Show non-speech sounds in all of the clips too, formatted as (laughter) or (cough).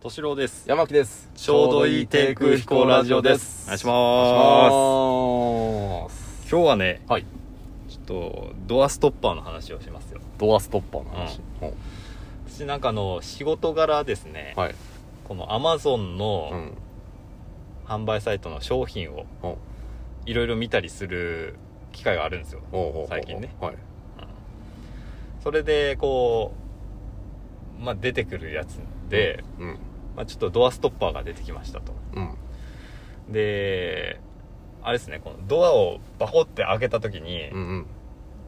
敏郎です。山木ですちょうどいい低空飛行ラジオです。お願いしお願いしますます。今日はね、はいちょっとドアストッパーの話をしますよ。ドアストッパーの話、うん私なんかあの仕事柄ですね、はいこのアマゾンうのん販売サイトの商品をほういろいろ見たりする機会があるんですよ。ほうほう最近ねはいそれでこう、まあ、出てくるやつで、うんまあ、ちょっとドアストッパーが出てきましたと。うんで、あれですね、このドアをバコって開けた時に、うんうん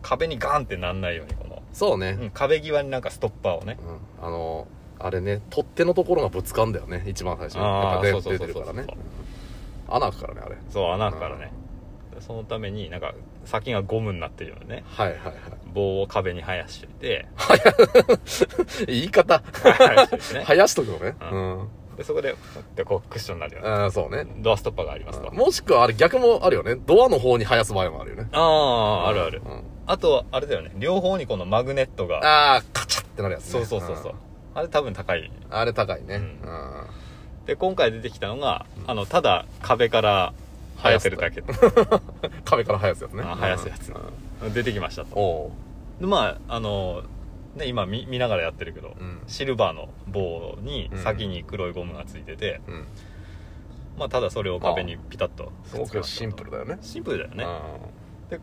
壁にガンってなんないようにこの、そうね、うん壁際になんかストッパーをね、うんあのあれね取っ手のところがぶつかんだよね一番最初あーやっぱねそうそう出そてうそるかうらね穴開くからねあれそう穴からね、そのためになんか先がゴムになってるようなねはいはいは棒を壁に生やしといてい言い方生やしといてね生やしとくのねううん、でそこでふってこうクッションになるよねあーそうねドアストッパーがありますともしくはあれ逆もあるよねドアの方に生やす場合もあるよねあああるあるうんあとあれだよね両方にこのマグネットがああカチャってなるやつ、そね、うそうそうそう、んあれ多分高いあれ高いね、ううんん、で今回出てきたのが、あのただ壁から生やせるだけ壁から生やすやつねあ生やすやつうんうん (laughs) 出てきましたとおおでまああのね今見見ながらやってるけど、ううんシルバーの棒に先に黒いゴムがついてて、うんまあただそれを壁にピタッとすごくシンプルルだよねシンプルだよねで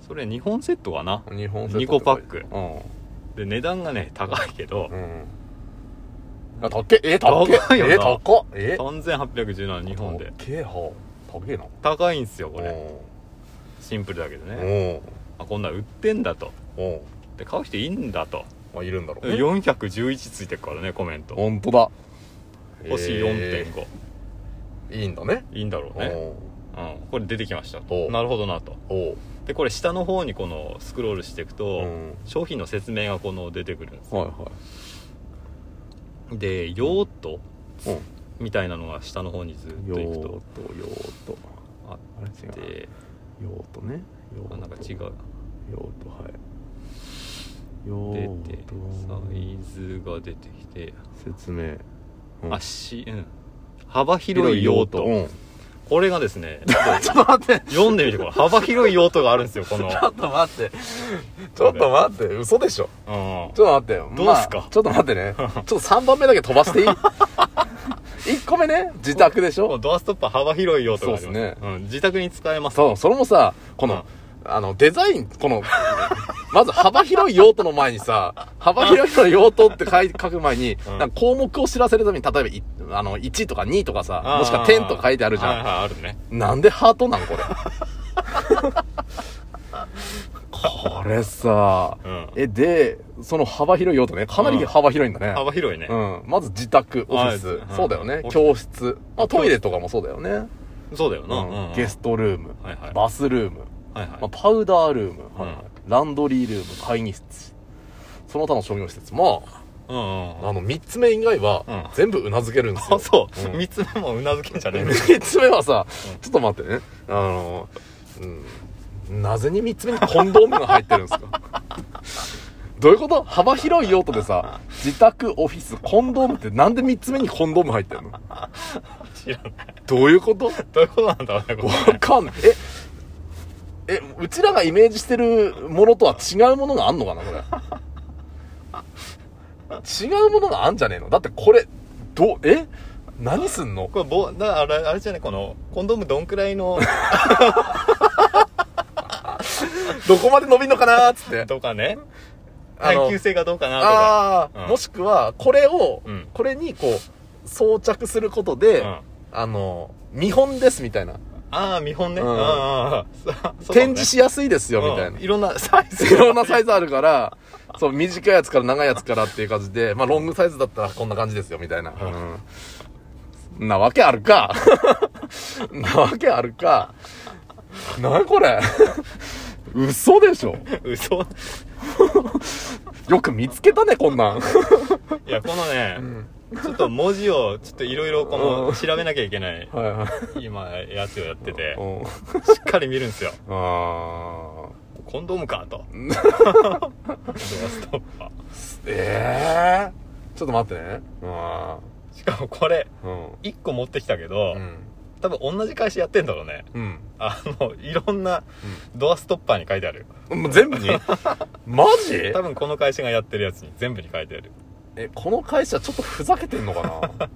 それ2本セットかなうん、日本製二個パックうで値段がね高いけどん、うん、あ高っけえ高っけ高いよなえ高っえ3817日本で高っけえは高えな高いんすよこれれシンプルだけどおねーあこんなん売ってんだとおーで買う人いいんだとまあいるんだろうね411ついてるからねコメント本当だ星え4.5ーいいんだねいいんだろうね、うん、これ出てきましたおうなるほどなとおーでこれ下の方にこのスクロールしていくおと、うん商品の説明がこの出てくるんですよはいはで用途いうんみたいなのが下の方にずっ用と途いく用と途あっあれ違うて用途ね用途あなんか違う用途はい出用てサイズが出てきて、途説明うんあし、うん、幅広い用途うん (laughs) これがですね (laughs) ちょっと待って読んでみてこれ幅広い用途があるんですよ (laughs) この、ちょっと待ってちょっと待って嘘でしょうんちょっと待ってよどうすかまあちょっと待っ (laughs) てねちょっと3番目だけ飛ばしていい1個目ね自宅でしこのょドアストッパー幅広い用途がありますそうっすうん、自宅に使えますそうそれもさこの、あのデザインこの (laughs) まず幅広い用途の前にさ幅広いの用途って (laughs) 書い書く前に、うんなんか項目を知らせるために例えばいあの1とか2とかさあーもしくは点とか書いてあるじはいゃんはいあるねなんでハートな (laughs) のこれこれさうんえでその幅広い用途ねかなり幅広いんだね、幅広いね、うん、まず自宅オフィあスあそうだようんねうん教室、まあ、トイレとかもそうだよね、そうだよな、ううんん、うんゲストルーム、はいはいバスルーム、はいはいまあ、パウダールーんム、はいはいランドリールーム会議室その他の商業施設まうんうんうんああの3つ目以外うんは全部うなずけるんですよ、あ、 (laughs) そう。うん三、つ目もうなずけんじゃねえの3つ目はさちょっと待ってねあの、うん、なぜに3つ目にコンドームが入ってるんですか (laughs) どういうこと幅広い用途でさ自宅オフィスコンドームってなんで3つ目にコンドーム入ってるの知らない。どういうことどういうことなんだろうね、これ。わかんない。え、え、うちらがイメージしてるものとは違うものがあんのかなこれ。違うものがあんじゃねえのだってこれ、ど、え何すんのこれ、ぼ、だからあれ、あれじゃね、この、コンドームどんくらいの、どこまで伸びんのかなーっつって。とかね、 (laughs) あの耐久性がどうかな、とか。ああ、うんもしくは、これを、うんこれにこう、装着することで、うんあの、見本ですみたいな。ああ、見本ね。うんああ、展示しやすいですよよみたいな。いろんなサイズい (laughs) ろんなサイズあるから、そう、短いやつから長いやつからっていう感じで、まあ、ロングサイズだったらこんな感じですよ、みたいな。うん。なわけあるか。 (laughs) なわけあるか。なにこれ。嘘でしょ。嘘。よく見つけたね、こんなん。いや、このね、ちょっと文字を、ちょっといろいろこの、調べなきゃいけない、はいはい。今、やつをやっててう、んしっかり見るんですよ。あーコンドームか、 (laughs) と。ドアストッパー。ええー。ちょっと待ってね。うんしかもこれうん1個持ってきたけど、うん多分同じ会社やってんだろうねうんあのいろんなドアストッパーに書いてあるよもう全部にマジ多分この会社がやってるやつに全部に書いてあるえこの会社ちょっとふざけてんの (laughs) かな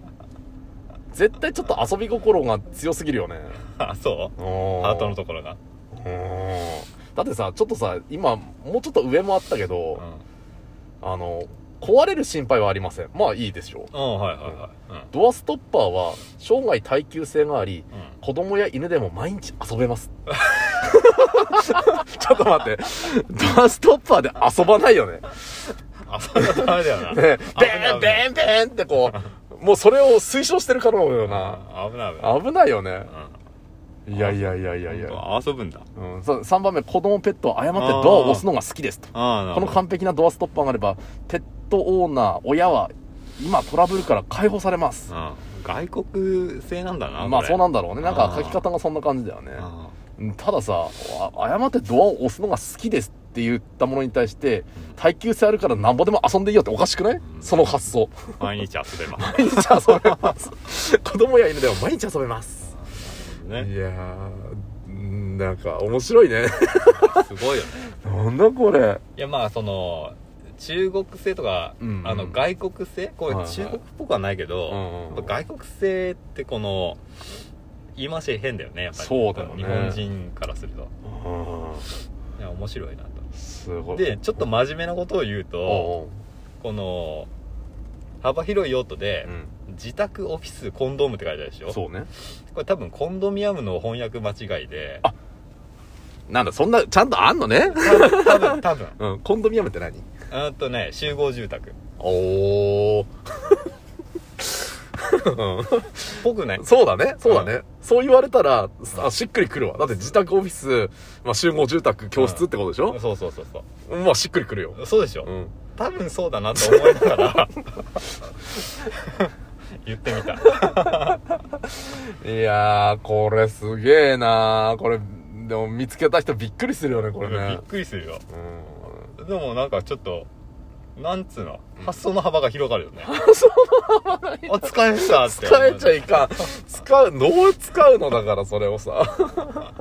絶対ちょっと遊び心が強すぎるよね (laughs) あそうハハートのところが、だってさちょっとさ今もうちょっと上もあったうけん、うど、んあの壊れる心配はありませんまあいいでしょうはいはいはい、うんドアストッパーは生涯耐久性がありうん子供や犬でも毎日遊べます (laughs) ちょっと待ってドアストッパーで遊ばないよねあ、それはダメだよ (laughs) な。ね (laughs) ベ危ンないベンベンってこうもうそれを推奨してるからのような危ない危ない。危ないよねういやいやいやいやん。いや、遊ぶんだ。うん、そう3番目子供ペットを誤ってドアを押すのが好きですとああ、なるこのほど。完璧なドアストッパーがあれば、ペットオーナー、親は今トラブルから解放されます。うん外国製なんだな。まあこそれうなんだろうね。なんかあー書き方がそんな感じだよね。あうんたださ、あ誤ってドアを押すのが好きですって言ったものに対して、耐久性あるからなんぼでも遊んでいいよっておかしくないんその発 (laughs) 想。あ毎日遊べば。毎日遊べます。子供や犬でも毎日遊べます。 (laughs) いね。やー、んなんか面白いね。すごいよね。なんだこれ。いや、まあ、その、中国製とか、うんあの、外国製これはいはい中国っぽくはないけど、うんうんうんやっぱ外国製ってこの、言い回し変だよね、やっぱり。そうだよね日本人からすると。うんいや、面白いなと。すごい。で、ちょっと真面目なことを言うと、おうこの、幅広い用途でおう、うん自宅オフィスコンドームって書いてあるでしょそうね。これ多分コンドミアムの翻訳間違いであなんだ、そんな、ちゃんとあんのね。多分多分多分うん、コンドミアムって何うんとね集合住宅っおー。ぽくないそうだね、そうだね。そう言われたら、あしっくりくるわ。だって自宅オフィス、まあ、集合住宅、教室ってことでしょ、そうそうそうそまあしっくりくるよ。うそうでしょ、うん。多分そうだなと思いながら (laughs) 言ってみたいやー、これすげーなー。これ、でも見つけた人びっくりするよね、ここれれびっね。くりするようん。でもなんかちょっとなんつうの発想の幅が広がるよねあ使えたって使えちゃいかん。使う、脳使うのだから、それをさ。どっか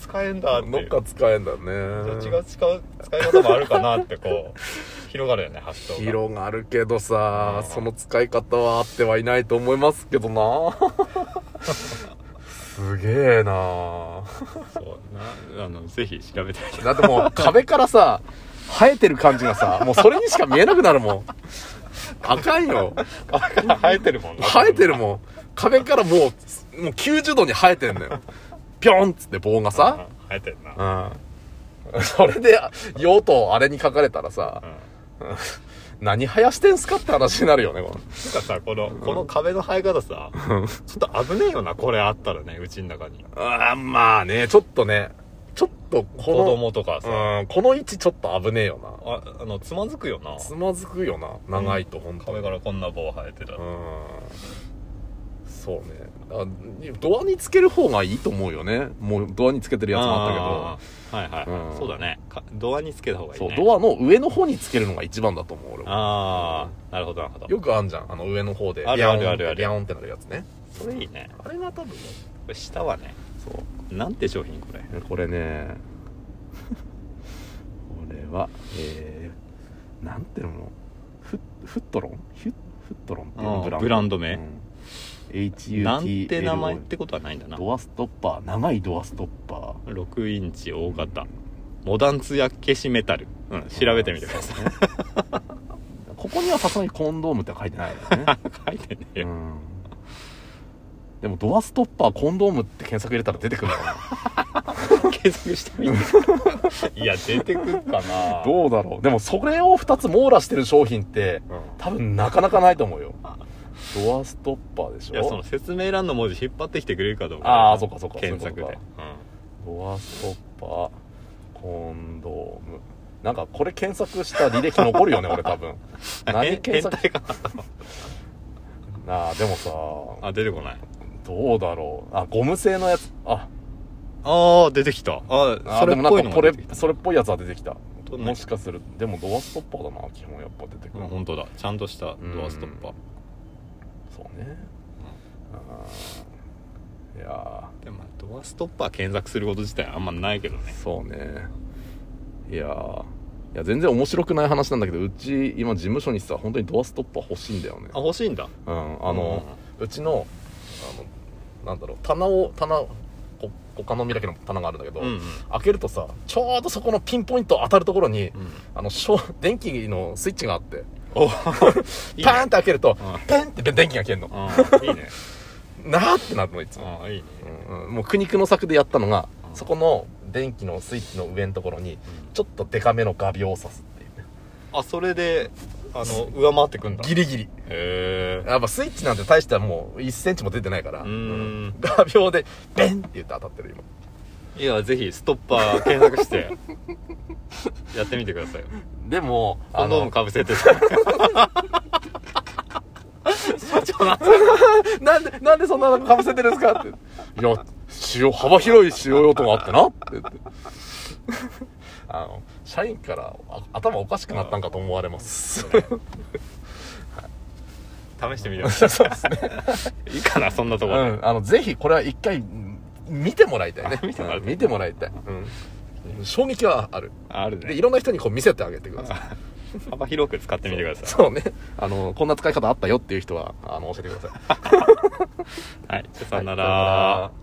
使えんだって脳いうが使えんだね。じゃあ違う使う使い方もあるかなってこう広がるよね発想が広がるけどさうんその使い方はあってはいないと思いますけどな (laughs) すげえなそうなあのぜひ調べてみてだってもう壁からさ生えてる感じがさもうそれにしか見えなくなるもんあかんよ (laughs) 生えてるもんな生えてるもん壁からもうもう90度に生えてんのよピョンっつって棒がさうん生えてるな、うんそれで用途あれに書かれたらさうん、なん何生やしてんすかって話になるよねこかさこのこの壁の生え方さのちょっと危ねえよなこれあったらねうちの中にあーまあね、ちょっとね、ちょっとこの、子供とかさ、うん、この位置ちょっと危ねえよな。ああのつまずくよなつまずくよな、長いと本当に。壁からこんな棒生えてたら、うん。そうね。だからドアにつける方がいいと思うよね。もうドアにつけてるやつもあっあったけどはいはいはい、うんそうだねかドアにつけた方たがいけい、ど、ね、そう、ドアの上の方につけるのが一番だと思う、俺はああなるほどなるほどよくあんじゃん、あの上の方で。あるあるあるあるビャーンってビャーンってなるやつね。それいいねあれが多分、これ下はねそう。なんて商品これえこれ (laughs) ねこれはえー、なんていうのフッフットロンヒュフットロンっていうあーブランドブランド名うん HUTLO なんて名前ってことはないんだなドアストッパー長いドアストッパ6インチ大型モダン通訳消しメタル、うん、調べてみてくださいーここにはさすがにコンドームって書いてないよね、 (laughs) (laughs) 書いてねえうよ、ん、でもドアストッパーコンドームって検索入れたら出てくるのか (laughs) 継続してみ (laughs) ていや出てくるかななどうだろうでもそれを2つ網羅してる商品ってうん多分なかなかないと思うよドアストッパーでしょいやその説明欄の文字引っ張ってきてくれるかどうかあーそっかそっか検索でそういうドアストッパーコンドームなんかこれ検索した履歴残 (laughs) るよね俺多分うん何変検変索態かななあでもさあ出てこない (laughs) どうだろうあゴム製のやつあああ出てきたあああそれでっもぽいのがなんかこれ出てきたそれっぽいやつは出てきた当だねもしかするでもドアストッパーだな基本やっぱ出てくうる、ん本当だちゃんとしたドアストッパーそうねうんいやでもまあドアストッパー検索すること自体あんまないけどーねそうねいやーいや全然面白くない話なんだけどうち今事務所にさ本当にドアストッパー欲しいんだよねあ欲しいんだうん、あの、うちのあのなんだろう棚を棚こ他の見だけの棚があるんだけど、うんうん開けるとさちょうどそこのピンポイント当たるところに、うんあのしょ電気のスイッチがあって (laughs) おいいねパーンって開けると、うんパンって電気が消えるの、うんいいねなーってなるのいつも、ああいいねうんうんもう苦肉の策でやったのが、うんそこの電気のスイッチの上のところにちょっとデカめの画鋲を刺すっていうねあそれであの上回ってくんだギリギリへえやっぱスイッチなんて大したもう1センチも出てないから、うーん画鋲でベンって言って当たってる今いやぜひストッパー検索してやってみてくださいよでもコあンドームのかぶせてなんでなんでそんなのかぶせてるんですかっていや使用幅広い使用用途があってな (laughs) って言ってあの社員からあ頭おかしくなったんかと思われます試してみ (laughs) てくださ (laughs) いいいかなそんなとうころでんあのぜひこれは一回うん見てもらいたいねあ見てもらいたいうん見てもらいたい、うん衝撃はあるああるでねいろんな人にこう見せてあげてください (laughs) 幅広く使ってみてくださそうねあのこんな使い方あったよっていう人はあの教えてくださいいはいじゃあさよなはいさよならら